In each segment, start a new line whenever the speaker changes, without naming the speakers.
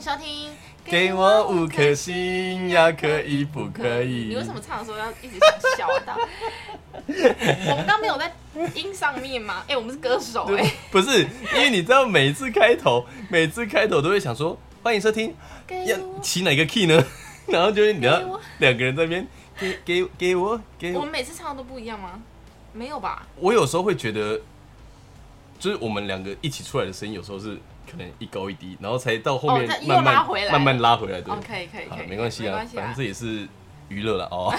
收听。
给我五颗星呀，可以不可以？
你为什么唱的时候要一直想笑 到？我们刚没有在音上面吗？哎、我们是歌手哎、
不是，因为你知道每次开头，每次开头都会想说欢迎收听，
给
要
我，
起哪个 key 呢？ 然后就是你要
给我
两个人在那边给给给我给
我
我
们，每次唱的都不一样吗？没有吧？
我有时候会觉得，就是我们两个一起出来的声音，有时候是可能一高一低，然后才到后面
哦这又
慢慢、
拉回来
慢慢拉回来，对。
哦，可以可以
好
可
了，
以，
没关系
没
啊
关，系
反正
啊
这。也是娱乐了哦。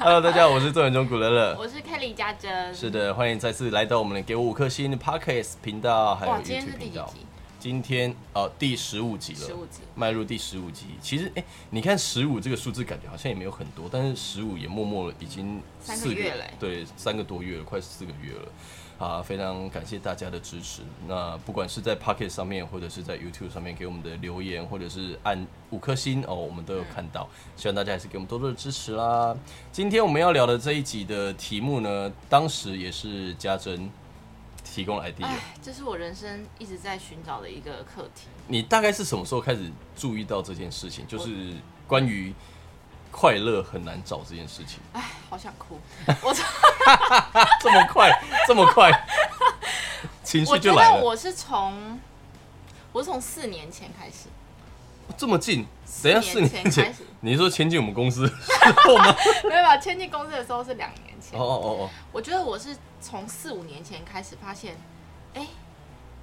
Hello，大家好，我是周远中古乐乐。
我是 Kelly 家珍，
是的，欢迎再次来到我们的给我五颗星的 Podcast 频道，还有
哇，今天是
YouTube
第
频
几
道。
集？
今天呃第十五集
十
了
五，集。
迈入第十五集。其实哎、你看十五这个数字，感觉好像也没有很多，但是十五也默默已经
三个
四
月了欸
对，三个多月了，快四个月了。啊，非常感谢大家的支持。那不管是在 Pocket 上面，或者是在 YouTube 上面给我们的留言，或者是按五颗星哦，我们都有看到。
嗯
希望大家还是给我们多多的支持啦。今天我们要聊的这一集的题目呢，当时也是家珍提供了 idea
哎。，这是我人生一直在寻找的一个课题。
你大概是什么时候开始注意到这件事情？就是关于快乐很难找这件事情，
哎，好想 哭。我
这么快， 这么快，情
我
绪
觉
就来
得
了，
我是从我是从四年前开始，
这么近。等一下，四
四年前
年
开
前
始，
你是说前进我们 公司时候吗？
没有吧？签进公司的时候是两年前
哦。哦哦
我觉得我是从四五年前开始发现，哎、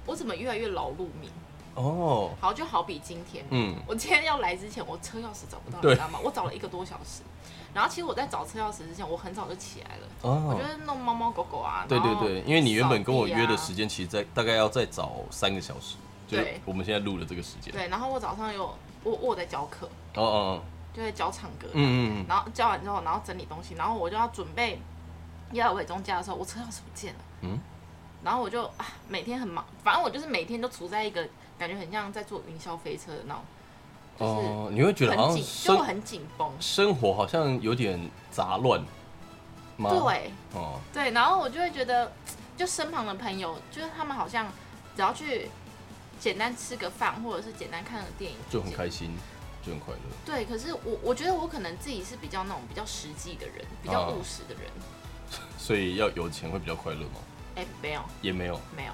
我怎么越来越劳碌命？
哦哦，
好，就好比今天，
嗯，
我今天要来之前，我车钥匙找不到，你
对
知道吗？我找了一个多小时。然后其实我在找车钥匙之前，我很早就起来了。我
哦
觉，得弄猫猫狗狗啊，
对对对，因为你原本跟我约的
间。
时间，其实在大概要再早三个小时，就是
对
我们现在录的这个时间。
对，然后我早上有我我有在教课，
哦哦，哦
就在教唱歌，
嗯嗯嗯，
然后教完之后，然后整理东西，然后我就要准备要回中家的时候，我车钥匙不见了，
嗯
然后我就啊每天很忙，反正我就是每天都处在一个感觉很像在坐云霄飞车的那种，就
哦，你会觉
是
得好
很
像
紧，就我
生
很紧绷，
生活好像有点杂乱吗？
对
哦，
对，然后我就会觉得，就身旁的朋友，就是他们好像只要去简单吃个饭，或者是简单看个电影，
就很开心，就很快乐。
对，可是我我觉得我可能自己是比较那种比较实际的人，比较
啊
务实的人。
所以要有钱会比较快乐吗？
哎、没有
也没有，
没有，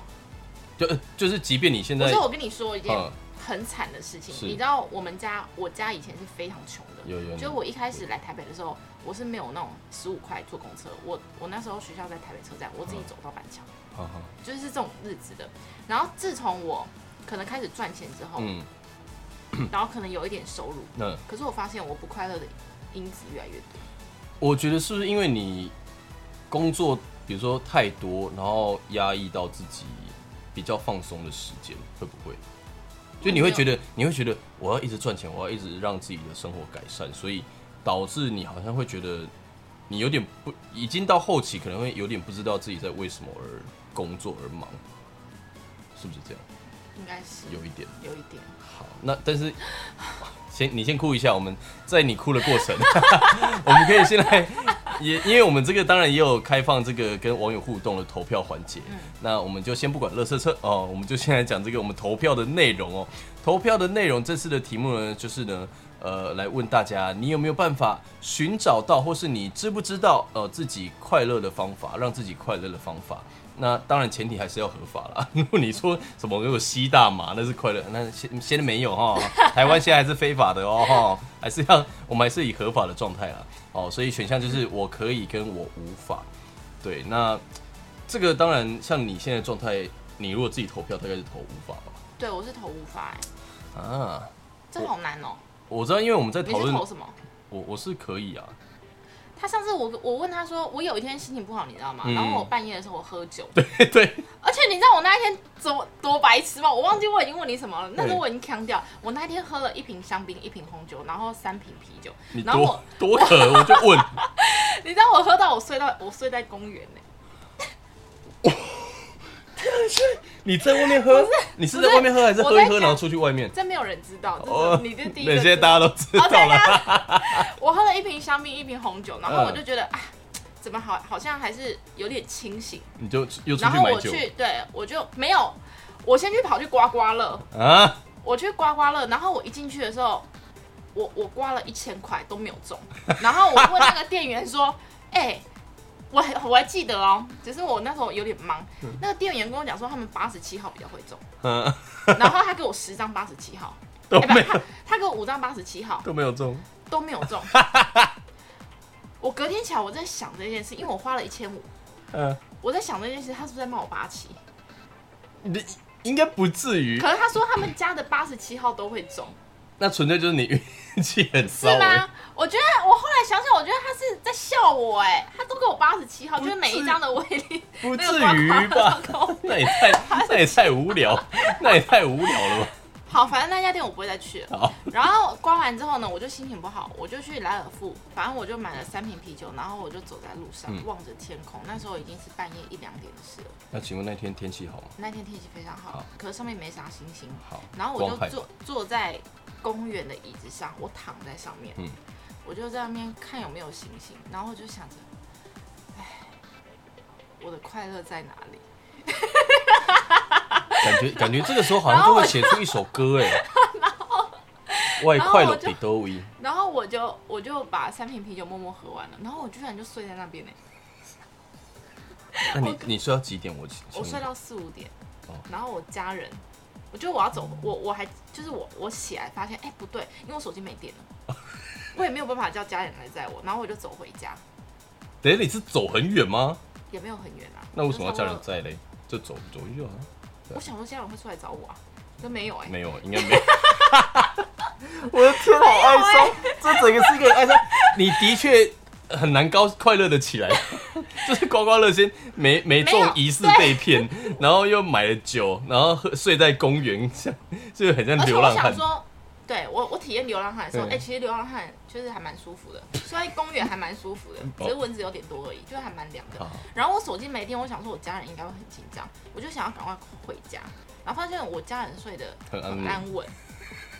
就呃就是即便你现
可
在
是我跟你说一件
嗯
很惨的事情，
是
你知道我们家我家以前是非常穷的，
有有
就我一开始来台北的时候，我是没有那种十五块坐公车，我我那时候学校在台北车站，我自己
嗯
走到板桥，
好好
就是这种日子的。然后自从我可能开始赚钱之后，
嗯，
然后可能有一点收入，
那
可是我发现我不快乐的因子越来越多。
我觉得是不是因为你工作比如说太多，然后压抑到自己比较放松的时间，会不会？就你会觉得你会觉得我要一直赚钱，我要一直让自己的生活改善，所以导致你好像会觉得你有点不，已经到后期可能会有点不知道自己在为什么而工作而忙，是不是这样？
应该是
有一点。
有一点。
好，那但是先你先哭一下，我们在你哭的过程， 我们可以先来，也因为我们这个当然也有开放这个跟网友互动的投票环节，那我们就先不管乐色车哦，我们就先来讲这个我们投票的内容哦。投票的内容这次的题目呢，就是呢，呃，来问大家，你有没有办法寻找到，或是你知不知道，呃，自己快乐的方法，让自己快乐的方法？那当然，前提还是要合法啦。 如果你说什么如果吸大麻，那是快乐，那先先没有哈，台湾现在还是非法的哦，哈，还是要我们还是以合法的状态啦。哦，所以选项就是我可以跟我无法。对，那这个当然，像你现在的状态，你如果自己投票，大概是投无法吧？
对，我是投无法、哎，
啊，
这好难哦、
我知道，因为我们在
你
讨
是
论
投，什么？
我我是可以啊，
他上次我我问他说，我有一天心情不好，你知道吗？
嗯
然后我半夜的时候我喝酒，
对对，
而且你知道我那一天怎么多白痴吗？我忘记我已经问你什么了，那时候
对
我已经强调，我那一天喝了一瓶香槟、一瓶红酒，然后三瓶啤酒
你，
然后
多
我
多渴，我就问，
你知道我喝到我睡到我睡在公园呢、
你在外面 喝，你是在外面喝还是
我
喝一
在
喝
家
然后出去外面？
这没有人知道，这
哦
是你这第一个哦知
那
道。
现在大家都知
o
道了。
我喝了一瓶香槟，一瓶红酒，然后
嗯
我就觉得啊，怎么好好像还是有点清醒。
你就又出
然
去
后
买
我
酒
去，对我就没有，我先去跑去刮刮乐，
啊？
我去刮刮乐，然后我一进去的时候，我我刮了一千块都没有中，然后我问那个店员说，哎、我还我还记得哦，只是我那时候有点忙。那个店员跟我讲说，他们八十七号比较会中，
嗯，
然后他给我十张八十七号，
都
哎不
没有
他他给我五张八十七号
都没有中，
都没 有中。我隔天起来我在想这件事，因为我花了一千五，
嗯，
我在想这件事，他是不是在骂我八七？
你应该不至于
可，是他说他们家的八十七号都会中，
那纯粹就是你运气很
是
糟哎
吗。？我觉得我后来想想，我觉得他是在笑我哎、他都给我八十七号，
不
就是每
至
一
于
张的威力
不至
那个刮
于吧
刮乐都？
那也太那也太无聊，那也太无聊了吧？
好，反正那家店我不会再去了。
好，
然后刮完之后呢，我就心情不好，我就去莱尔富，反正我就买了三瓶啤酒，然后我就走在路上，
嗯
望着天空。那时候已经是半夜一两点的事了，
那请问那天天气好吗？
那天天气非常好，
好
可是上面没啥星星。
好，
然后我
光
就
害
坐坐在公园的椅子上，我躺在上面，
嗯
我就在那边看有没有星星，然后我就想着，哎，我的快乐在哪里？
感觉感觉这个时候好像就会写出一首 歌哎。外快乐比都一，
然后我就我就把三瓶啤酒默默喝完了，然后我居然就睡在那边呢、欸
那你你睡到几点？我
我睡到四五点
哦，
然后我家人，我觉得我要走，我我还就是我我起来发现，哎、不对，因为我手机没电了， 我也没有办法叫家人来载我，然后我就走回家，
等一下你是走很远吗？
也没有很远啊。
那为什么要叫
就差
人
不多？
在嘞？就走走就好了。
我想说家人会出来找我啊，那没有哎、
没有，应该没有。 我的天，好哀伤，这整个是一个哀伤。你的确很难高快乐的起来， 就是刮刮乐先没没
没
中
有，
疑似被骗，然后又买了酒，然后喝睡在公园，像就是很像
而且
流
我
浪
想
汉。
说，对我我体验流浪汉的时候，
嗯
哎、其实流浪汉就是还蛮舒服的，虽然公园还蛮舒服的，只是蚊子有点多而已，就是还蛮凉的
嗯哦好。
然后我手机没电，我想说我家人应该会很紧张，我就想要赶快回家，然后发现我家人睡得
很安
很
稳
安稳，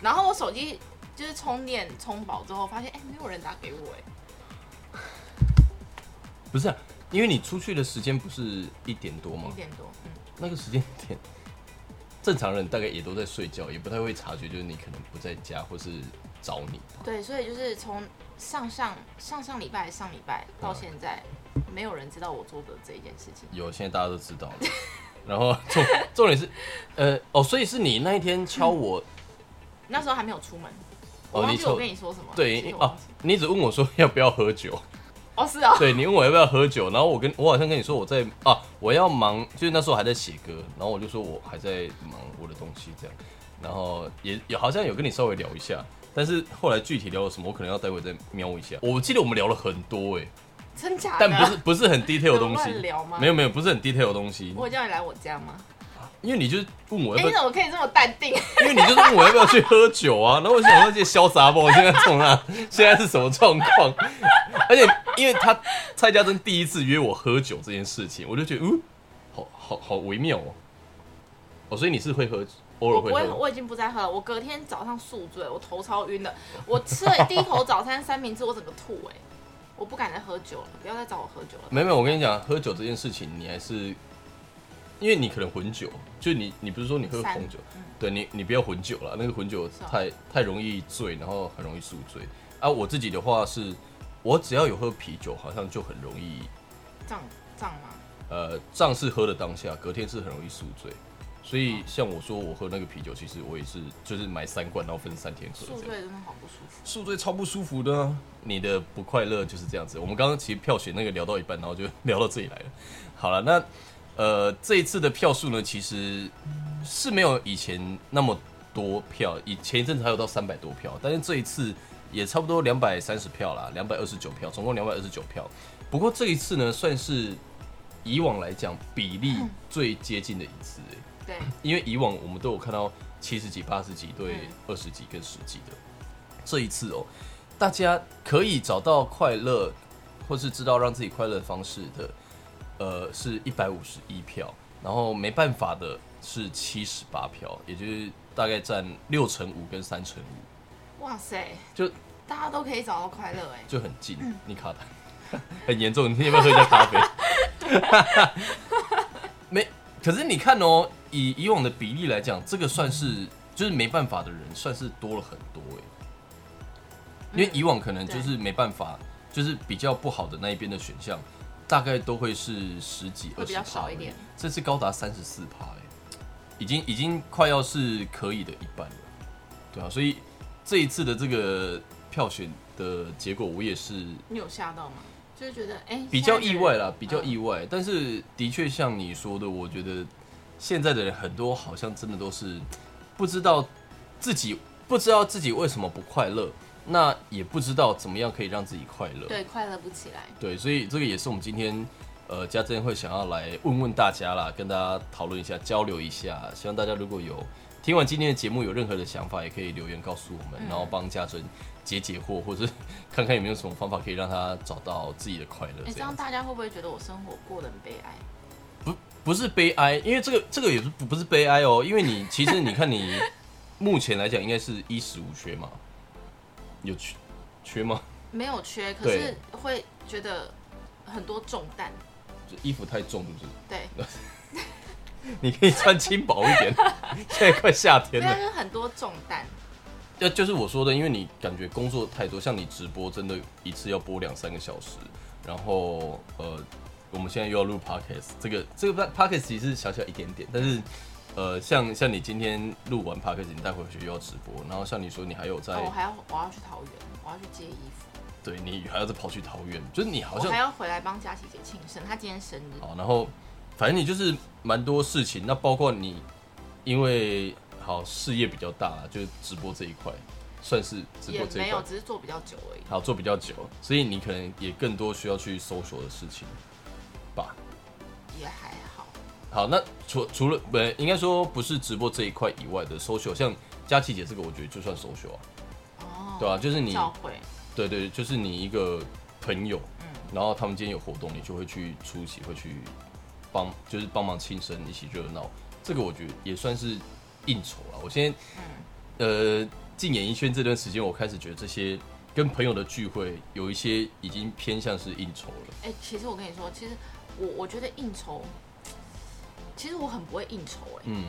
然后我手机就是充电充饱之后，发现哎、没有人打给我哎、
不是、啊，因为你出去的时间不是一点多吗
一？点多，嗯，
那个时间点，正常人大概也都在睡觉，也不太会察觉，就是你可能不在家或是找你。
对，所以就是从上上上上礼拜上礼拜到
嗯
现在，没有人知道我做的这一件事情。
有，现在大家都知道了。 然后重重点是，呃，哦，所以是你那一天敲我，
嗯那时候还没有出门，我
哦，
忘
你
记
敲
我跟你说什么了。
对
其实
因
我
哦
忘记，
你只问我说要不要喝酒，
哦是哦，
对你问我要不要喝酒，然后我跟我好像跟你说我在啊，我要忙，就是那时候还在写歌，然后我就说我还在忙我的东西这样，然后也也好像有跟你稍微聊一下，但是后来具体聊了什么，我可能要待会再瞄一下。我记得我们聊了很多哎、
真假的？
但不是不是很 detail 的东西
乱聊吗，
没有没有不是很 detail 的东西，
我有叫你来我家吗？
因为你就是问我
哎、
要不
你
要，
怎么可以这么淡定？
因为你就是问我要不要去喝酒啊， 然后我想说这些潇洒包现在冲啊， 现在是什么状况？ 而且因为他蔡家珍第一次约我喝酒这件事情，我就觉得嗯，好好好微妙哦。哦，所以你是会喝，偶
我
尔
不
会
会，
喝，
我已经不再喝了。我隔天早上宿醉，我头超晕的。我吃 了第一口早餐三明治，我整个吐哎、我不敢再喝酒了，不要再找我喝酒了。
没有没有，我跟你讲，喝酒这件事情，你还是因为你可能混酒，就你你不是说你喝
散
红酒，
嗯
对你，你不要混酒了，那个混酒
啊
太太容易醉，然后很容易宿醉。啊，我自己的话是，我只要有喝啤酒，好像就很容易，
胀胀吗？
呃，仗是喝的当下，隔天是很容易宿醉。所以像我说我喝那个啤酒，其实我也是就是买三罐，然后分三天喝
宿
这样。
醉真的好不舒服。
宿醉超不舒服的啊、你的不快乐就是这样子。我们刚刚其实票选那个聊到一半，然后就 聊到这里来了。好了，那呃这一次的票数呢，其实是没有以前那么多票，以前一阵子还有到三百多票，但是这一次也差不多两百三十票啦，两百二十九票，总共两百二十九票。不过这一次呢，算是以往来讲比例最接近的一次、欸
对，
因为以往我们都有看到七十几、八十几对
嗯
二十几跟十几的，这一次哦，大家可以找到快乐或是知道让自己快乐的方式的，呃，是一百五十一票，然后没办法的是七十八票，也就是大概占六成五跟三成五，
哇塞，
就
大家都可以找到快乐哎、
就很近。你卡痰， 很严重，你要不要喝一下咖啡？ 没，可是你看哦，以以往的比例来讲，这个算是就是没办法的人算是多了很多哎、因为以往可能就是没办法，就是比较不好的那一边的选项，大概都会是十几
会
二
比
十
较
趴
少
而已，
一点
这次高达三十四趴哎，已经已经快要是可以的一半了，对啊，所以这一次的这个票选的结果，我也是
你有吓到吗？就是觉得哎、
比较
现在
意
的人
外啦，比较
嗯
意外。但是的确像你说的，我觉得现在的人很多好像真的都是不知道自己不知道自己为什么不快乐，那也不知道怎么样可以让自己快乐。
对，快乐不起来。
对，所以这个也是我们今天呃家珍会想要来问问大家啦，跟大家讨论一下，交流一下。希望大家如果有听完今天的节目有任何的想法，也可以留言告诉我们，然后帮家珍解解惑，或者是 看看有没有什么方法可以让他找到自己的快乐。
哎、
这
这
样
样
子
大家会不会觉得我生活过得很悲哀？
不不是悲哀，因为这个这个也不不是悲哀哦，因为 你其实你看你目前来讲应该是衣食无缺嘛，有缺缺吗？
没有缺，可
对
是会觉得很多重担。
就衣服太重是不是？
对，
你可以穿轻薄一点， 现在快夏天
对啊，
了。
就是很多重 担。
要呃就是我说的，因为你感觉工作太多，像你直播真的一次要播两三个小时，然后呃，我们现在又要录 podcast，这个这个 podcast 其实小小一点点，但是呃，像像你今天录完 podcast，你带回去又要直播，然后像你说你还有在，
哦，我还要我要去桃园，我要去接衣服，
对你还要再跑去桃园，就是你好
我
像哦
还要回来帮佳琪姐庆生，她今天生日。
好，然后反正你就是蛮多事情，那包括你因为好事业比较大，就是直播这一块，算是直
也
播这
没
一
有，
块。
只是做比较久而已。
好做比较久，所以你可能也更多需要去搜索的事情吧。
也还好。
好，那除除了呃，应该说不是直播这一块以外的搜索，像佳琪姐这个，我觉得就算搜索啊，
哦，
对啊，就是你
教会，
对对，就是你一个朋友，
嗯
然后他们今天有活动，你就会去出席，会去帮，就是帮忙庆生，一起热闹。这个我觉得也算是应酬了。我现在，
嗯
呃，进演艺圈这段时间，我开始觉得这些跟朋友的聚会有一些已经偏向是应酬了。
哎、其实我跟你说，其实我我觉得应酬，其实我很不会应酬哎、
嗯，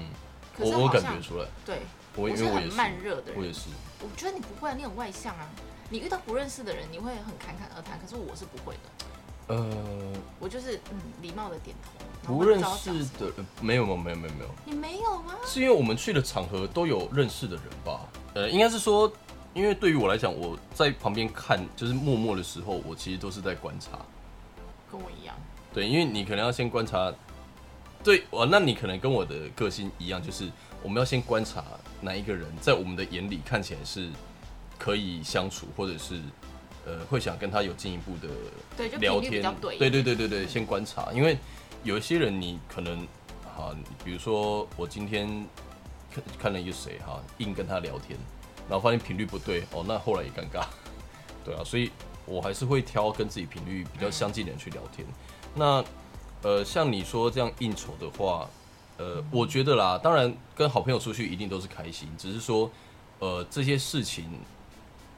可
我
是
我
好
感
像
觉出来，
对，
我因
是
为我
很
也是，
慢热的
我
人。
也是，
我觉得你不会，你很外向啊。你遇到不认识的人，你会很侃侃而谈，可是我是不会的。
呃，
我就是嗯，礼貌的点头。然后
不
会
认
知道
识
讲什么
的，呃没有没有没有没有没有，
你没有吗？
是因为我们去的场合都有认识的人吧？呃，应该是说，因为对于我来讲，我在旁边看就是默默的时候，我其实都是在观察。
跟我一样，
对，因为你可能要先观察，对，哦，那你可能跟我的个性一样，就是我们要先观察哪一个人在我们的眼里看起来是可以相处，或者是呃会想跟他有进一步的
对，就
聊
频率比
天
较对。嗯
对对对对对先观察，因为有一些人你可能哈，比如说我今天看看了一个谁哈，硬跟他聊天，然后发现频率不对哦，那后来也尴尬， 对啊，所以我还是会挑跟自己频率比较相近的人去聊天。那呃，像你说这样应酬的话，呃，我觉得啦，当然跟好朋友出去一定都是开心，只是说呃这些事情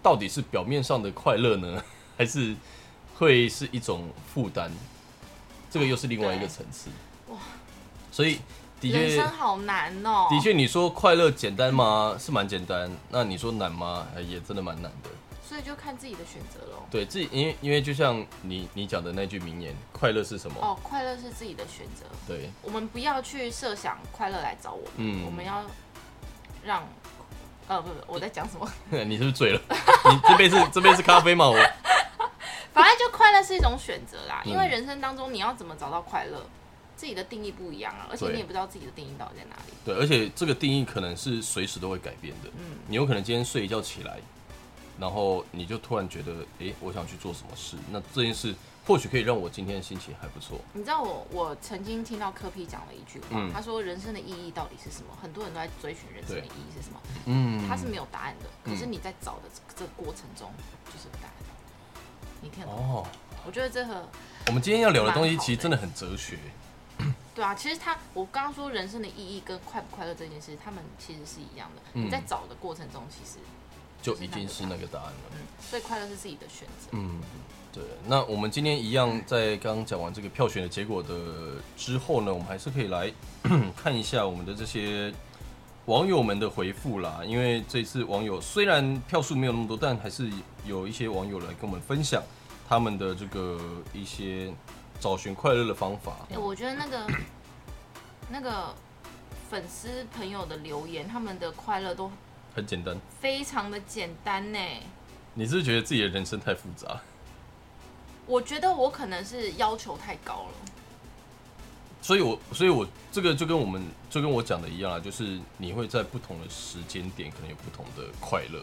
到底是表面上的快乐呢， 还是会是一种负担？这个又是另外一个层次。
哇！
所以的
人
确
生，好难哦、
的确，你说快乐简单吗？是蛮简单。那你说难吗？呃也真的蛮难的。
所以就看自己的选择喽。
对自己，因为因为就像你你讲的那句名言，快乐是什么？
哦，快乐是自己的选择，
对，
我们不要去设想快乐来找我们，
嗯
我们要让，呃，不不，我在讲什 么？
你是不是醉了？你这杯是这杯是咖啡吗？我
反正就快乐是一种选择啦，
嗯
因为人生当中你要怎么找到快乐，自己的定义不一样啊，而且
对
你也不知道自己的定义到底在哪里。
对，而且这个定义可能是随时都会改变的。
嗯
你有可能今天睡一觉起来，然后你就突然觉得，诶，我想去做什么事。那这件事或许可以让我今天心情还不错。
你知道我我曾经听到柯 P 讲了一句话，
嗯
他说人生的意义到底是什么？很多人都在追寻人生的
对
意义是什么，
嗯，
他是没有答案的。
嗯
可是你在找的这这个过程中就是有答案，你听得懂吗？
哦，
我觉得这个
我们今天要聊的东西
蛮好的
其实真的很哲学。
对啊，其实他我刚刚说人生的意义跟快不快乐这件事，他们其实是一样的。
嗯
你在找的过程中，其实
就已经是那个答案了。
所以快乐是自己的选择。
嗯，对。那我们今天一样，在刚刚讲完这个票选 的结果的之后呢，我们还是可以来看一下我们的这些网友们的回复啦，因为这次网友虽然票数没有那么多，但还是有一些网友来跟我们分享他们的这个一些找寻快乐的方法。
哎、我觉得那个那个粉丝朋友的留言，他们的快乐都
很简单，
非常的简单呢。
你是不是觉得自己的人生太复杂？
我觉得我可能是要求太高了，
所以我，所以我这个就跟我们就跟我讲的一样啊，就是你会在不同的时间点，可能有不同的快乐，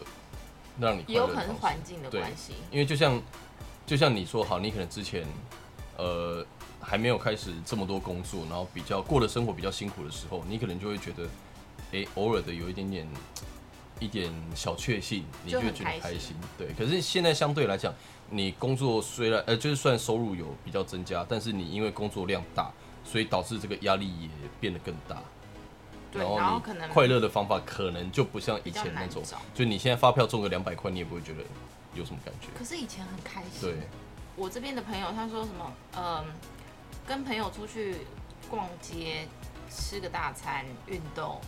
让你快
也有
乐的
可能是
方式
环境的
对
关系。
因为就像就像你说，好，你可能之前呃还没有开始这么多工作，然后比较过的生活比较辛苦的时候，你可能就会觉得，哎、偶尔的有一点点一点小确幸，你
就
就
很
会觉得
开
开
心
心。对，可是现在相对来讲，你工作虽然呃就是虽然收入有比较增加，但是你因为工作量大，所以导致这个压力也变得更大。
对，然后
你
可能
快乐的方法可能就不像以前那种
比较难找，
就你现在发票中个两百块，你也不会觉得有什么感觉。
可是以前很开心。
对，
我这边的朋友他说什么，嗯，跟朋友出去逛街，吃个大餐，运动，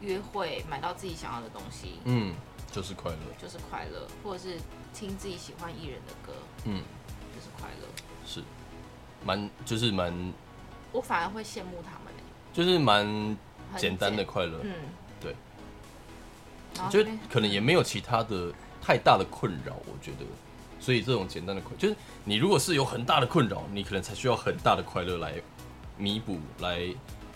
约会，买到自己想要的东西，
嗯，就是快乐。
就是快乐，或者是听自己喜欢艺人的歌，
嗯，
就是快乐。
是，蛮就是蛮
我反而会羡慕他们、欸、
就是蛮
很
简单的，快乐，
嗯，
对，
然后
就
这边
可能也没有其他的太大的困扰，我觉得。所以这种简单的困，就是你如果是有很大的困扰，你可能才需要很大的快乐来弥补，来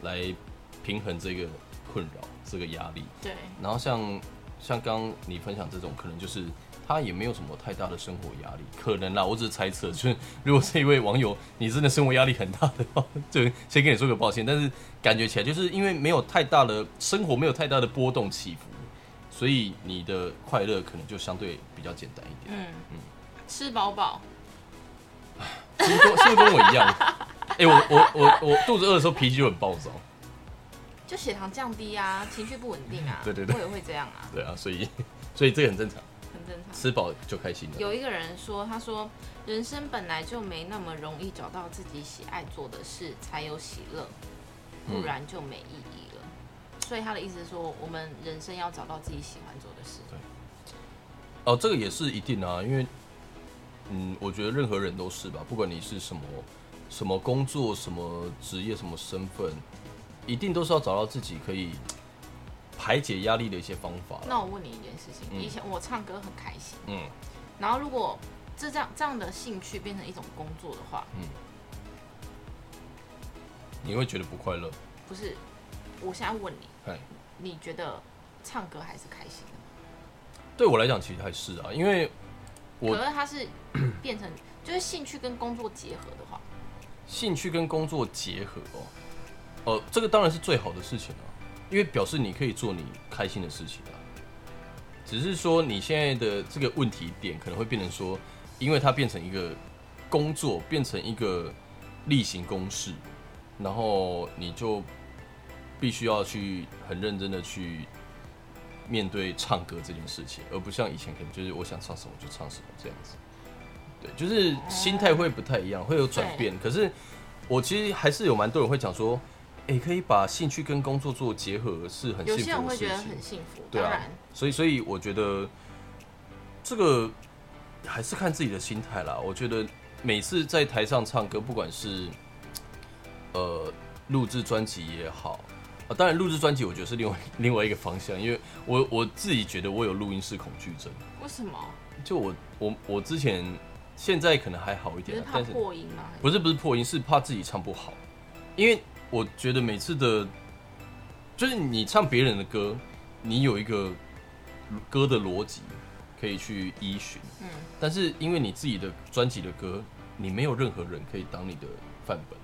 来平衡这个困扰，这个压力。
对，
然后像像刚刚你分享这种，可能就是他也没有什么太大的生活压力，可能啦，我只是猜测。就是 如果这一位网友你真的生活压力很大的话，就先跟你说个抱歉。但是感觉起来就是因为没有太大的生活，没有太大的波动起伏，所以你的快乐可能就相对比较简单一点。
嗯吃饱饱，
是不是跟是不是跟我一样？哎、我我我我肚子饿的时候脾气就很暴躁，
就血糖降低啊，情绪不稳定啊，
对对对
我也会这样啊，
对啊，所以所以这个很正常，
很正常。
吃饱就开心了。
有一个人说，他说人生本来就没那么容易找到自己喜爱做的事才有喜乐，
嗯
不然就没意义了。所以他的意思是说，我们人生要找到自己喜欢做的事。
嗯哦，这个也是一定啊，因为，嗯，我觉得任何人都是吧，不管你是什么什么工作、什么职业、什么身份，一定都是要找到自己可以排解压力的一些方法啦。
那我问你一件事情，
嗯
以前我唱歌很开心，
嗯，
然后如果这这样这样的兴趣变成一种工作的话，
你会觉得不快乐，
不是？我现在问你，
哎，
你觉得唱歌还是开心的吗？
对我来讲其实还是啊，因为我
可是它是变成就是兴趣跟工作结合的话，
兴趣跟工作结合哦，呃，这个当然是最好的事情啊，因为表示你可以做你开心的事情啊。只是说你现在的这个问题点可能会变成说，因为它变成一个工作，变成一个例行公事，然后你就必须要去很认真的去面对唱歌这件事情，而不像以前可能就是我想唱什么就唱什么这样子。对，就是心态会不太一样，会有转变。可是我其实还是有蛮多人会讲说，诶、可以把兴趣跟工作做结合是很
有
幸福的事
些
情。
人会觉得很幸福，
对
当
啊
然。，
所以所以我觉得这个还是看自己的心态啦。我觉得每次在台上唱歌，不管是呃录制专辑也好。啊，当然，录制专辑我觉得是另外另外一个方向，因为我我自己觉得我有录音室恐惧症，
为什么？
就我我我之前现在可能还好一
你
点
是
啊，
怕
但是
破音吗？
不是不是破音，是怕自己唱不好，因为我觉得每次的，就是你唱别人的歌，你有一个歌的逻辑可以去依循，
嗯，
但是因为你自己的专辑的歌，你没有任何人可以当你的范本，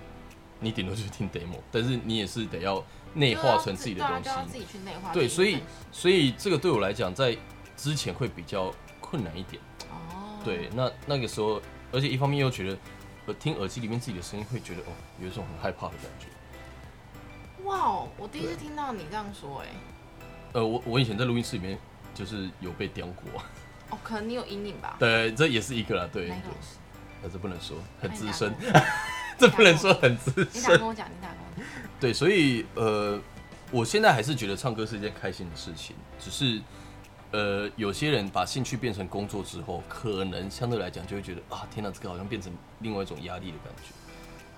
你顶多就是听 demo，但是你也是得要内化成自己的东
对啊就要自
西，
己去内化。
对，
自己
所以
分析
所以这个对我来讲，在之前会比较困难一点。
哦，
对，那那个时候，而且一方面又觉得，呃，听耳机里面自己的声音会觉得，哦，有一种很害怕的感觉。
哇哦，我第一次听到你这样说，哎，
呃，我我以前在录音室里面就是有被刁过，
哦，可能你有阴影吧？
对，这也是一个啦，对
哪，一个
对
老师？
但这不能说很资
哎
深
你，
这不能说很资
你打
深，
跟我讲，你打跟我讲，
对，所以呃，我现在还是觉得唱歌是一件开心的事情，只是呃，有些人把兴趣变成工作之后，可能相对来讲就会觉得啊，天哪，这个好像变成另外一种压力的感觉。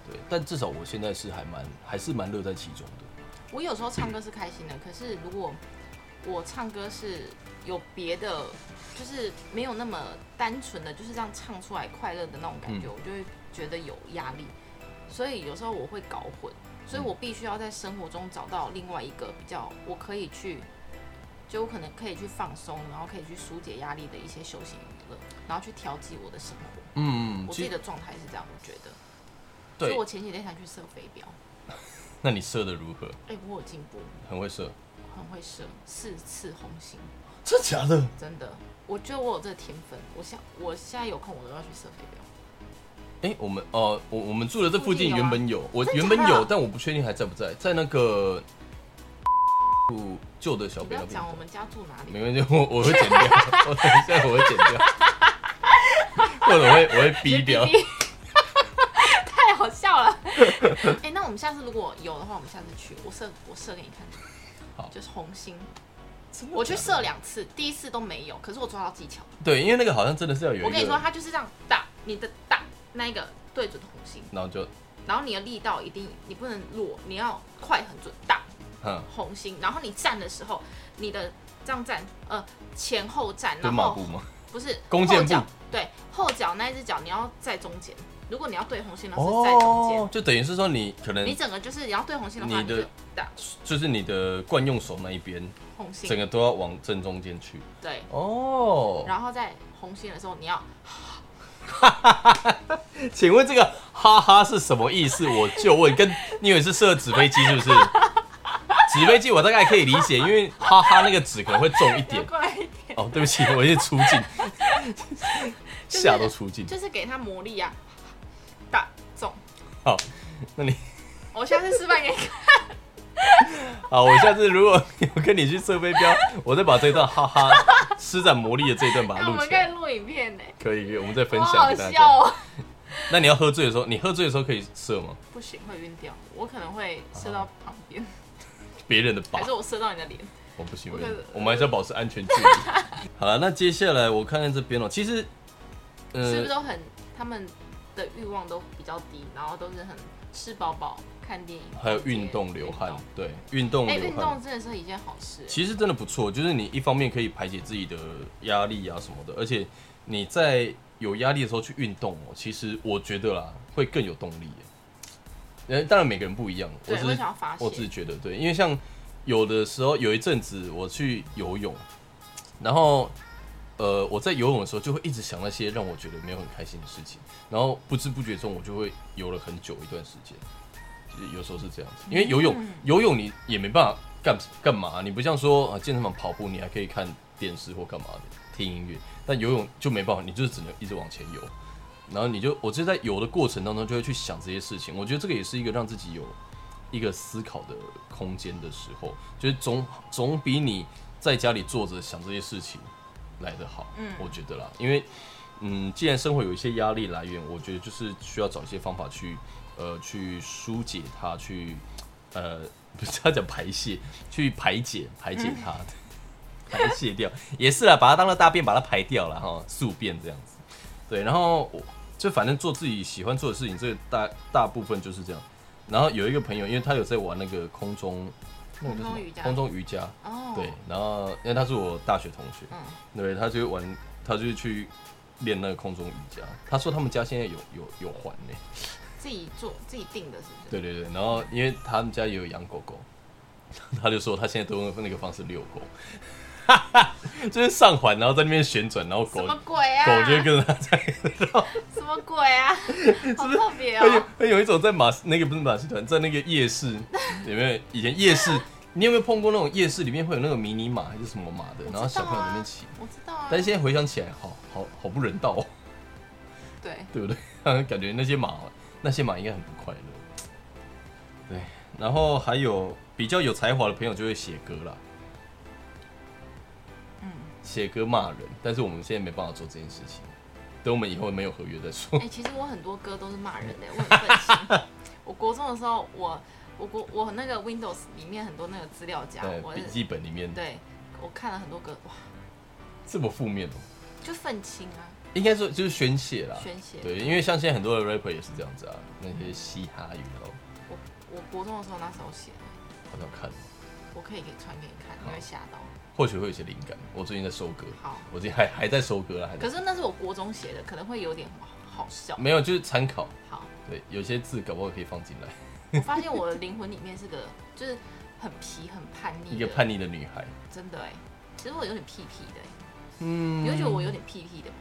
对，但至少我现在是还蛮还是蛮乐在其中的。
我有时候唱歌是开心的，可是如果我唱歌是有别的，就是没有那么单纯的，就是这样唱出来快乐的那种感觉，
嗯
我就会觉得有压力，所以有时候我会搞混，所以我必须要在生活中找到另外一个比较我可以去，就我可能可以去放松，然后可以去疏解压力的一些休闲娱乐，然后去调剂我的生活。
嗯，
我自
其
己
实
的状态是这样，我觉得。所以
对
我，前几天才去射飞镖，
那你射的如何？
哎、我有进步，
很会射，
很会射，四次红心，
真假的？
真的，我觉得我有这个天分。我现我现在有空，我都要去射飞镖。
哎、我们哦，我我们住的这附近
附近有
原
啊
本有，我
真假
原
的
本有，但我不确定还在不在，在那个住旧的小
你不
北
要
那边
讲。我们家住哪里，
没关系，我我会剪掉，我等一下我会剪掉，或者我会我会逼掉。
太好笑了。 哎、那我们下次如果有的话，我们下次去，我射我射给你看。
好
就是红心，
真的
我去
假的
射两次，第一次都没有，可是我抓到技巧。
对，因为那个好像真的是要有一个，
我跟你说，它就是这样打你的打那一个对准红心，
然后就
然后你的力道一定你不能弱，你要快很准打
嗯，
红心，然后你站的时候，你的这样站，呃，前后站，
蹲
然
马
后
步吗？
不是
弓箭
后
步
脚，对，后脚那一只脚你要在中间，如果你要对红心的话是在中间，，
哦就等于是说你可能
你整个就是你要对红心的话，
你
你
的
就打
就是你的惯用手那一边，
红
整
心，
个都要往正中间去。
对，
哦，
然后在红心的时候你要
请问这个哈哈是什么意思？我就问，跟你以为是射纸飞机 是不是？纸飞机我大概可以理解，因为哈哈那个纸可能会重一
你要
点。
过来一点，
哦，对不起，我已经出镜，
就是
吓都出镜。
就是给它魔力啊，打中。
好，那你
我下次示范给你看，
好，我下次如果有跟你去射飞镖，我再把这段哈哈施展魔力的这一段把它
我
录
们
起
可以
来。
录影片呢，
可以，可以，我们再分
好
享
好
给大
笑
家。
哦。
那你要喝醉的时候，你喝醉的时候可以射吗？
不行，会晕掉，我可能会射到旁边，
别人的靶
还是我射到你的脸？
我不行，
我
我
可
我们还是要保持安全距离。 好了，那接下来我看看这边哦、其实，
是不
呃
是，都很他们的欲望都比较低，然后都是很吃饱饱、看电影，
还有运动流汗
运动，
对，运动
哎，
流
运
汗
动，真的是一件好事。啊
其实真的不错，就是你一方面可以排解自己的压力啊什么的，而且你在有压力的时候去运动哦、其实我觉得啦，会更有动力耶。呃，当然每个人不一样，我
对，
只
我
是
想要发
我只是
泄，
觉得对，因为像有的时候有一阵子我去游泳，然后呃我在游泳的时候就会一直想那些让我觉得没有很开心的事情，然后不知不觉中我就会游了很久一段时间，就是有时候是这样子，因为游泳、游泳你也没办法干干嘛，你不像说啊健身房跑步你还可以看电视或干嘛的听音乐，但游泳就没办法，你就是只能一直往前游。然后你就，我就在游的过程当中就会去想这些事情，我觉得这个也是一个让自己有一个思考的空间的时候，就是总总比你在家里坐着想这些事情来得好。
嗯
我觉得啦，因为嗯，既然生活有一些压力来源，我觉得就是需要找一些方法去呃去疏解它，去呃 不是要讲排泄，去排解排解它，
嗯
排泄掉也是啦，把它当做大便把它排掉了哈，宿便这样子。对，然后我就反正做自己喜欢做的事情，这个大大部分就是这样。然后有一个朋友，因为他有在玩那个空中，那个叫什
空
么
中瑜伽
空中瑜伽，
哦，
对，，然后因为他是我大学同学，
嗯，
对，他就会玩，他就去练那个空中瑜伽。他说他们家现在有有有环呢、
自己做自己定的，是不是？
对对对，然后因为他们家也有养狗 狗，他就说他现在都用那个方式遛狗， 就是上环，然后在那边旋转，然后狗
什么
狗
鬼啊？
就会跟着他在，
什么鬼 啊？好特别
而且
哦！
而且有一种在马那个不是马戏团，在那个夜市有没有？以前夜市，你有没有碰过那种夜市里面会有那个迷你马还是什么马的，然后小朋友在那边骑？
啊我知道啊，
但是现在回想起来，好好好不人道哦，
对，
对不 对？感觉那些马那些马应该很不快乐。对，然后还有比较有才华的朋友就会写歌啦，
嗯，
写歌骂人，但是我们现在没办法做这件事情，等我们以后没有
嗯
合约再说。
哎，其实我很多歌都是骂人的，我很愤青。我国中的时候，我我我我我那个 Windows 里面很多那个资料夹，
对
啊我
笔记本里面，
对我看了很多个，哇，
这么负面哦、
就愤青啊，
应该说就是宣泄啦，
宣泄
对，因为像现在很多的 rapper 也是这样子啊，那些嘻哈语哦，
我我国中的时候那时候写的，
好想看哦，
我可以给传给你看，你会吓到。
或许会有一些灵感。我最近在收歌，
好
我最近还还在收歌啦，还在
可是那是我国中写的，可能会有点好笑。
没有就是参考，
好，
对，有些字搞不好可以放进来。
我发现我的灵魂里面是个就是很皮很叛逆的，
一个叛逆的女孩，
真的哎、其实我有点屁屁的、欸，
嗯
你会觉得我有点屁屁的吗？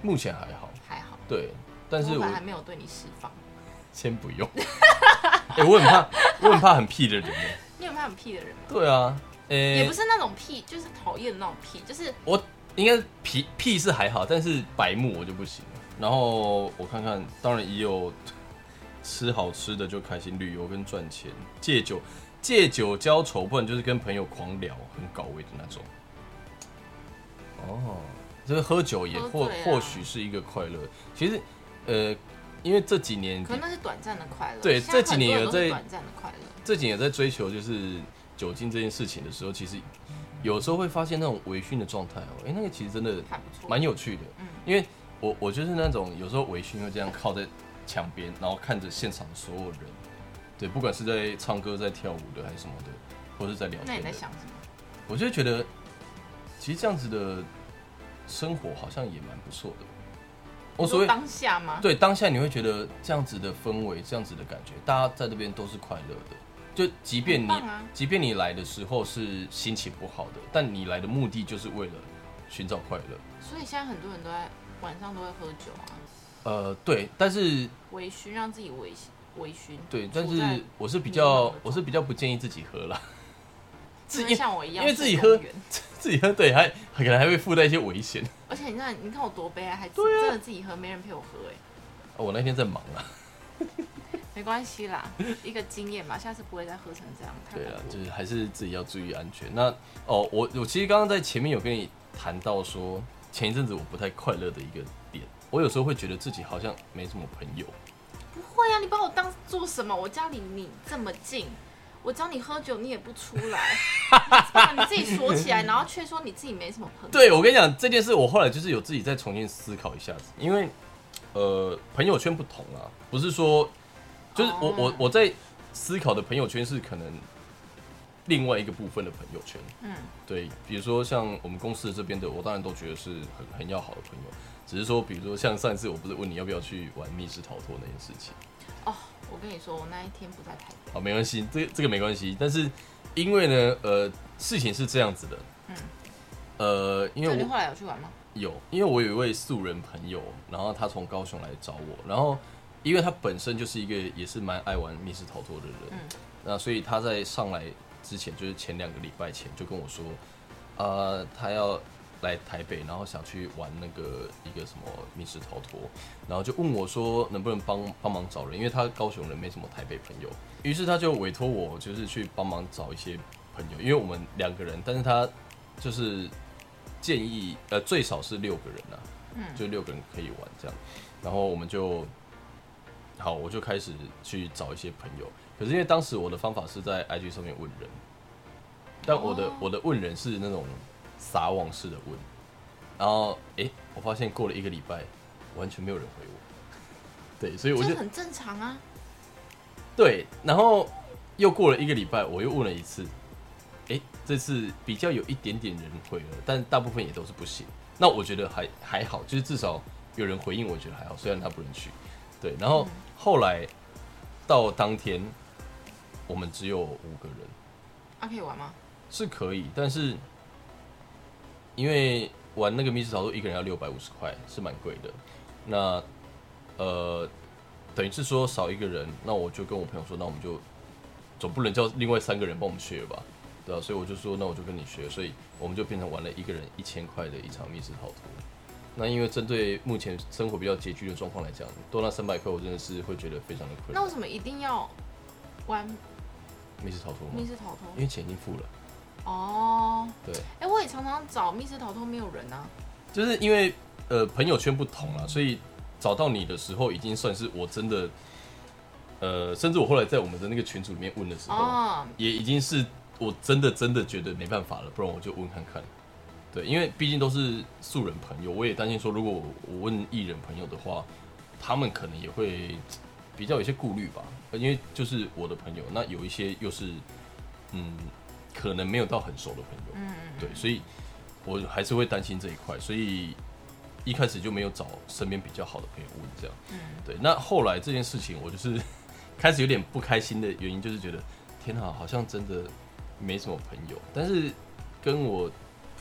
目前还好，
还好，
对，但是
我
我
还没有对你释放。
先不用。 哎、我很怕，我很怕很屁的人耶。
你有怕很屁的人吗？
对啊，呃、
也不是那种屁，就是讨厌的那种屁，就是
我应该屁屁是还好，但是白目我就不行了。然后我看看，当然也有吃好吃的就开心，旅游跟赚钱，借酒借酒浇愁，不然就是跟朋友狂聊，很搞味的那种。哦，就是喝酒也
喝
或、
醉啊
或许是一个快乐。其实，呃，因为这几年
可能那是短暂的快乐。
对
现在
这几年
很多人都是
有在
短暂的快乐，
这几年在追求就是酒精这件事情的时候，其实有时候会发现那种微醺的状态哦，哎、那个其实真的
还不错。
蛮有趣的。
嗯
因为我我就是那种有时候微醺会这样靠在墙边，然后看着现场的所有人，对，不管是在唱歌、在跳舞的还是什么的，或是在聊
那
天
你
的
在，想什么？
我就会觉得其实这样子的生活好像也蛮不错的。我
你
所
说
谓
当下吗？
对，当下你会觉得这样子的氛围，这样子的感觉，大家在这边都是快乐的。就即便
很
你、
棒啊
即便你来的时候是心情不好的，但你来的目的就是为了寻找快乐。
所以现在很多人都在晚上都会喝酒啊，
呃，对，但是
微醺让自己微微醺。
对，但
处在
是我是比
迷
较
茫的
我是比较不建议自己 喝啦，
就会像我一样，
因为自己喝
去公园
自己喝对还可能还会附带一些危险。
而且你看，你看我多悲哀，还自
啊
真的自己喝，没人陪我喝、哎，
哦我那天在忙啊，
没关系啦，一个经验嘛，下次不会再喝成这样。太
对
难
啊，
过
就是还是自己要注意安全。那哦，我我其实刚刚在前面有跟你谈到说，前一阵子我不太快乐的一个点，我有时候会觉得自己好像没什么朋友。
不会啊，你把我当做什么？我家离你这么近，我教你喝酒你也不出 来，你把你自己锁起来，然后却说你自己没什么朋友。
对，我跟你讲这件事，我后来就是有自己再重新思考一下子，因为呃，朋友圈不同啊，不是说就是我、
哦
我我在思考的朋友圈是可能另外一个部分的朋友圈，
嗯，
对，比如说像我们公司这边的，我当然都觉得是很很要好的朋友，只是说，比如说像上一次我不是问你要不要去玩密室逃脱那件事情，
哦，我跟你说，我那一天不在台北，
好，没关系，这个这个没关系，但是因为呢，呃，事情是这样子的，
嗯
呃，因
就
为
你
我
后来有去玩吗？
有，因为我有一位素人朋友，然后他从高雄来找我，然后因为他本身就是一个也是蛮爱玩密室逃脱的人，
嗯
那所以他在上来之前，就是前两个礼拜前就跟我说，呃，他要来台北，然后想去玩那个一个什么密室逃脱，然后就问我说能不能帮帮忙找人，因为他高雄人没什么台北朋友，于是他就委托我就是去帮忙找一些朋友，因为我们两个人，但是他就是建议呃最少是六个人啊，
嗯
就六个人可以玩这样，然后我们就好，我就开始去找一些朋友，可是因为当时我的方法是在 IG 上面问人，但我的、
哦
我的问人是那种撒网式的问，然后诶，我发现过了一个礼拜，完全没有人回我，对，所以我就
这很正常啊。
对，然后又过了一个礼拜，我又问了一次，诶，这次比较有一点点人回了，但大部分也都是不行。那我觉得还还好，就是至少有人回应，我觉得还好，虽然他不能去。对，然后后来到当天，我们只有五个人，
啊，可以玩吗？
是可以，但是呃因为玩那个密室逃脱，一个人要六百五十块，是蛮贵的。那呃，等于是说少一个人，那我就跟我朋友说，那我们就总不能叫另外三个人帮我们学吧，对啊，所以我就说，那我就跟你学，所以我们就变成玩了一个人一千块的一场密室逃脱。那因为针对目前生活比较拮据的状况来讲，多那三百块，我真的是会觉得非常的亏
那。为什么一定要玩
密室逃脱
密
吗？
室逃脱？
哦因为钱已经付了，
哦，
对。
哎、我也常常找密室逃脱，没有人啊。
就是因为啊呃朋友圈不同啦，所以找到你的时候已经算是我真的呃，甚至我后来在我们的那个群组里面问的时候，
哦，
也已经是我真的真的觉得没办法了，不然我就问看看。对，因为毕竟都是素人朋友，我也担心说，如果我问艺人朋友的话，他们可能也会比较有些顾虑吧，因为就是我的朋友，那有一些又是嗯，可能没有到很熟的朋友，
嗯，
对，所以我还是会担心这一块，所以一开始就没有找身边比较好的朋友问这样。
嗯
对，那后来这件事情，我就是 开始有点不开心的原因，就是觉得天啊，好像真的没什么朋友。但是跟我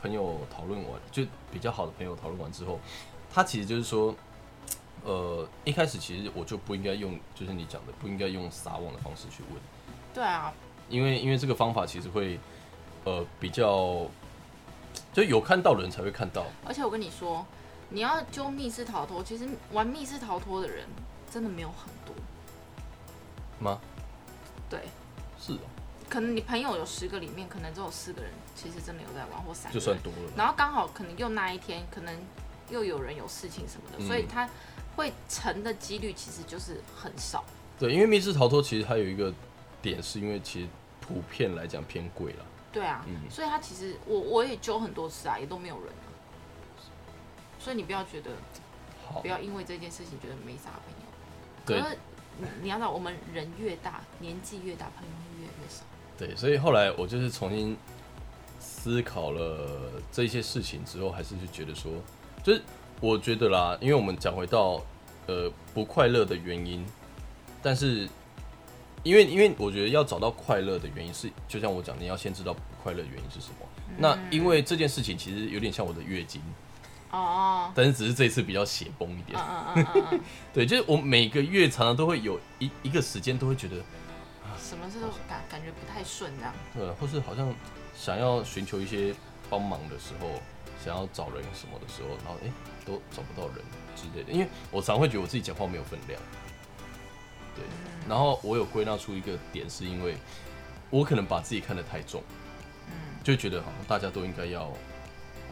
朋友讨论完，就比较好的朋友讨论完之后，他其实就是说，呃，一开始其实我就不应该用，就是你讲的不应该用撒网的方式去问。
对啊，
因为因为这个方法其实会呃比较，就有看到的人才会看到，
而且我跟你说，你要揪密室逃脱，其实玩密室逃脱的人真的没有很多，
吗？
对，
是哦，
可能你朋友有十个里面，可能只有四个人其实真的有在玩，或三个
就
人
算多了。
然后刚好可能又那一天，可能又有人有事情什么的，
嗯
所以他会成的几率其实就是很少。
对，因为密室逃脱其实还有一个点，是因为其实普遍来讲偏贵了，
对啊，
嗯
所以他其实我我也揪很多次啊，也都没有人啊、所以你不要觉得
好
不，要因为这件事情觉得没啥朋友，
对
啊可是你你要知道，我们人越大，年纪越大，朋友会越来越少。
对，所以后来我就是重新思考了这些事情之后，还是就觉得说，就是我觉得啦，因为我们讲回到呃不快乐的原因，但是因为因为我觉得要找到快乐的原因是，就像我讲，你要先知道不快乐的原因是什么。那因为这件事情其实有点像我的月经，
哦，
但是只是这一次比较血崩一点
嗯。嗯嗯嗯嗯
对，就是我每个月常常都会有一一个时间都会觉得，
嗯，什么事都感感觉不太顺这样。
呃，或是好像想要寻求一些帮忙的时候，想要找人什么的时候，然后哎、诶都找不到人之类的。因为我常会觉得我自己讲话没有分量，对。然后我有归纳出一个点，是因为我可能把自己看得太重，
嗯
就觉得好像大家都应该要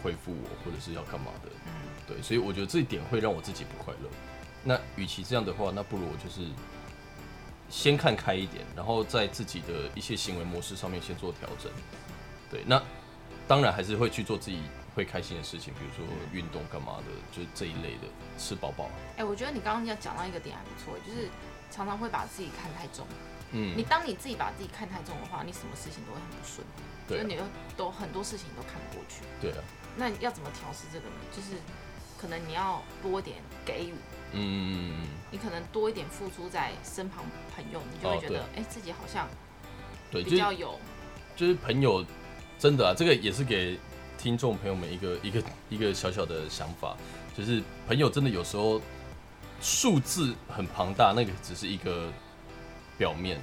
回复我，或者是要干嘛的，
嗯
对。所以我觉得这一点会让我自己不快乐。那与其这样的话，那不如我就是先看开一点，然后在自己的一些行为模式上面先做调整。对，那当然还是会去做自己会开心的事情，比如说运动干嘛的，就是这一类的，吃饱饱。
哎、我觉得你刚刚要讲到一个点还不错，就是常常会把自己看太重。你
嗯，
当你自己把自己看太重的话，你什么事情都会很不顺，
对
就
啊
你都都很多事情都看不过去。
对啊，
那要怎么调试这个呢？就是可能你要多一点给予，
嗯嗯嗯嗯，
你可能多一点付出在身旁朋友，你就会
哦
觉得哎、诶自己好像
对，就
比
是
较有
就是朋友，真的啊，这个也是给听众朋友们一个一个一个小小的想法，就是朋友真的有时候数字很庞大，那个只是一个表面，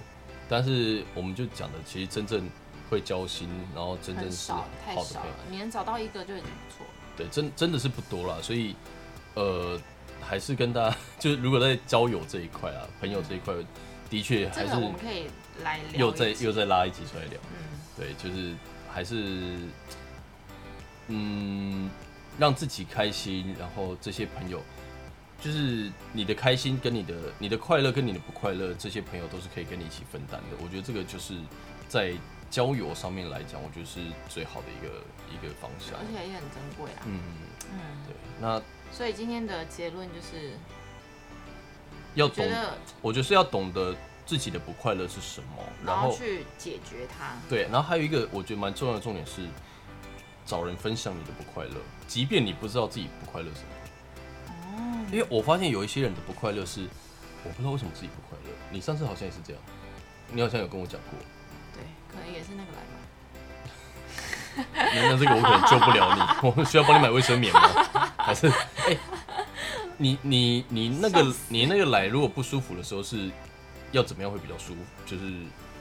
但是我们就讲的，其实真正会交心，然后真正
很
是
少
好，的
太少
朋友
了，，你能找到一个就已经不错了。
对，真真的是不多啦，所以呃，还是跟大家 就是如果在交友这一块啊，朋友这一块，的确
这
还是
个我们可以来聊一
又再
集
又再拉一集出来聊。
嗯
对，就是还是嗯，让自己开心，然后这些朋友，就是你的开心跟你的你的快乐跟你的不快乐，这些朋友都是可以跟你一起分担的。我觉得这个就是在交友上面来讲，我觉得是最好的一个一个方向
而。且也很珍贵啊。
嗯，
嗯，
对，那
所以今天的结论就是，
要
觉
懂，
得
我觉得是要懂得自己的不快乐是什么，然
然后
后
去解决它。
对，然后还有一个我觉得蛮重要的重点是，找人分享你的不快乐，即便你不知道自己不快乐是什么。
哦，
因为我发现有一些人的不快乐是，我不知道为什么自己不快乐。你上次好像也是这样，你好像有跟我讲过。
对，可能也是那个来吧。
那那这个我可能救不了你，我 们需要帮你买卫生棉吗？还是哎、你你你那
笑
个你那个来，如果不舒服的时候是要怎么样会比较舒服？就是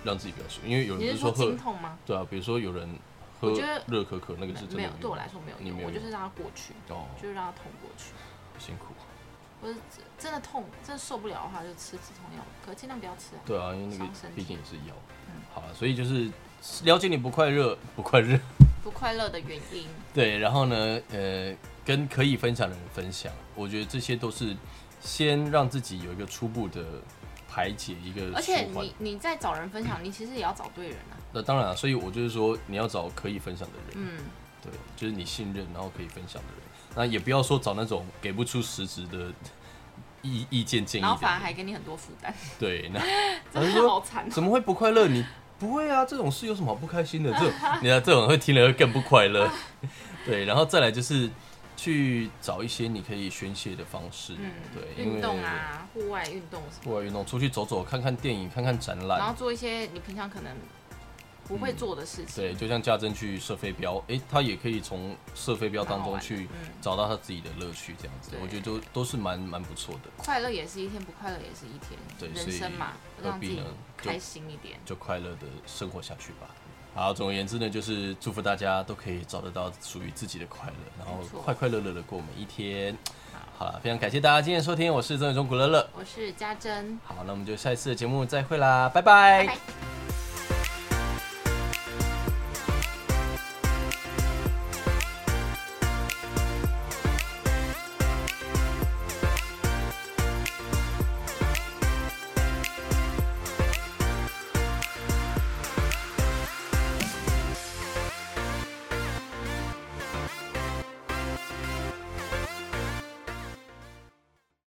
让自己比较舒服，因为有人
你是
不嗯是说
说
喝
经痛吗？
对啊，比如说有人喝
我觉得
热可可，那个是真的
没有，
用
对我来说没有
你
用，
没有
我就
用
是让它过去，
哦，
就是让它痛过去。
辛苦。
我是真的痛，真的受不了的话，就吃止痛药，可是尽量不要吃啊。
对啊，因为那个
伤身体
毕竟也是药
嗯。
好了，所以就是了解你不快乐，不快乐。
不快乐的原因，
对，然后呢，呃，跟可以分享的人分享，我觉得这些都是先让自己有一个初步的排解一个
而且
循环
你。你在找人分享，你其实也要找对人啊。
那当然啊，所以我就是说，你要找可以分享的人，
嗯，
对，就是你信任然后可以分享的人。那也不要说找那种给不出实质的意意见建议
然后
的
反而
人，
还给你很多负担，
对，那
真
然后
的
说
好惨哦。
怎么会不快乐？你不会啊，这种事有什么好不开心的？这种你看这种会听了会更不快乐。 对，然后再来就是去找一些你可以宣泄的方式，
嗯，
对，因为
运动啊，户外运动什么，
户外运动，出去走走，看看电影，看看展
然后
览。
做一些你平常可能不会做的事情。
对，就像家珍去射飞镖，诶，他也可以从射飞镖当
蛮好
中
玩的
去
嗯
找到他自己的乐趣，这样子
对，
我觉得都都是蛮蛮不错的，
快乐也是一天，不快乐也是一天。
对
人生嘛，
所以
让自己
何必呢就
开心一点。
就快乐的生活下去吧。好，总而言之呢，就是祝福大家都可以找得到属于自己的快乐，然后
没错
快快乐乐的过每一天。好了，非常感谢大家今天的收听，我是曾伟忠古乐乐。
我是家珍，
好，那我们就下一次的节目再会啦，
拜拜。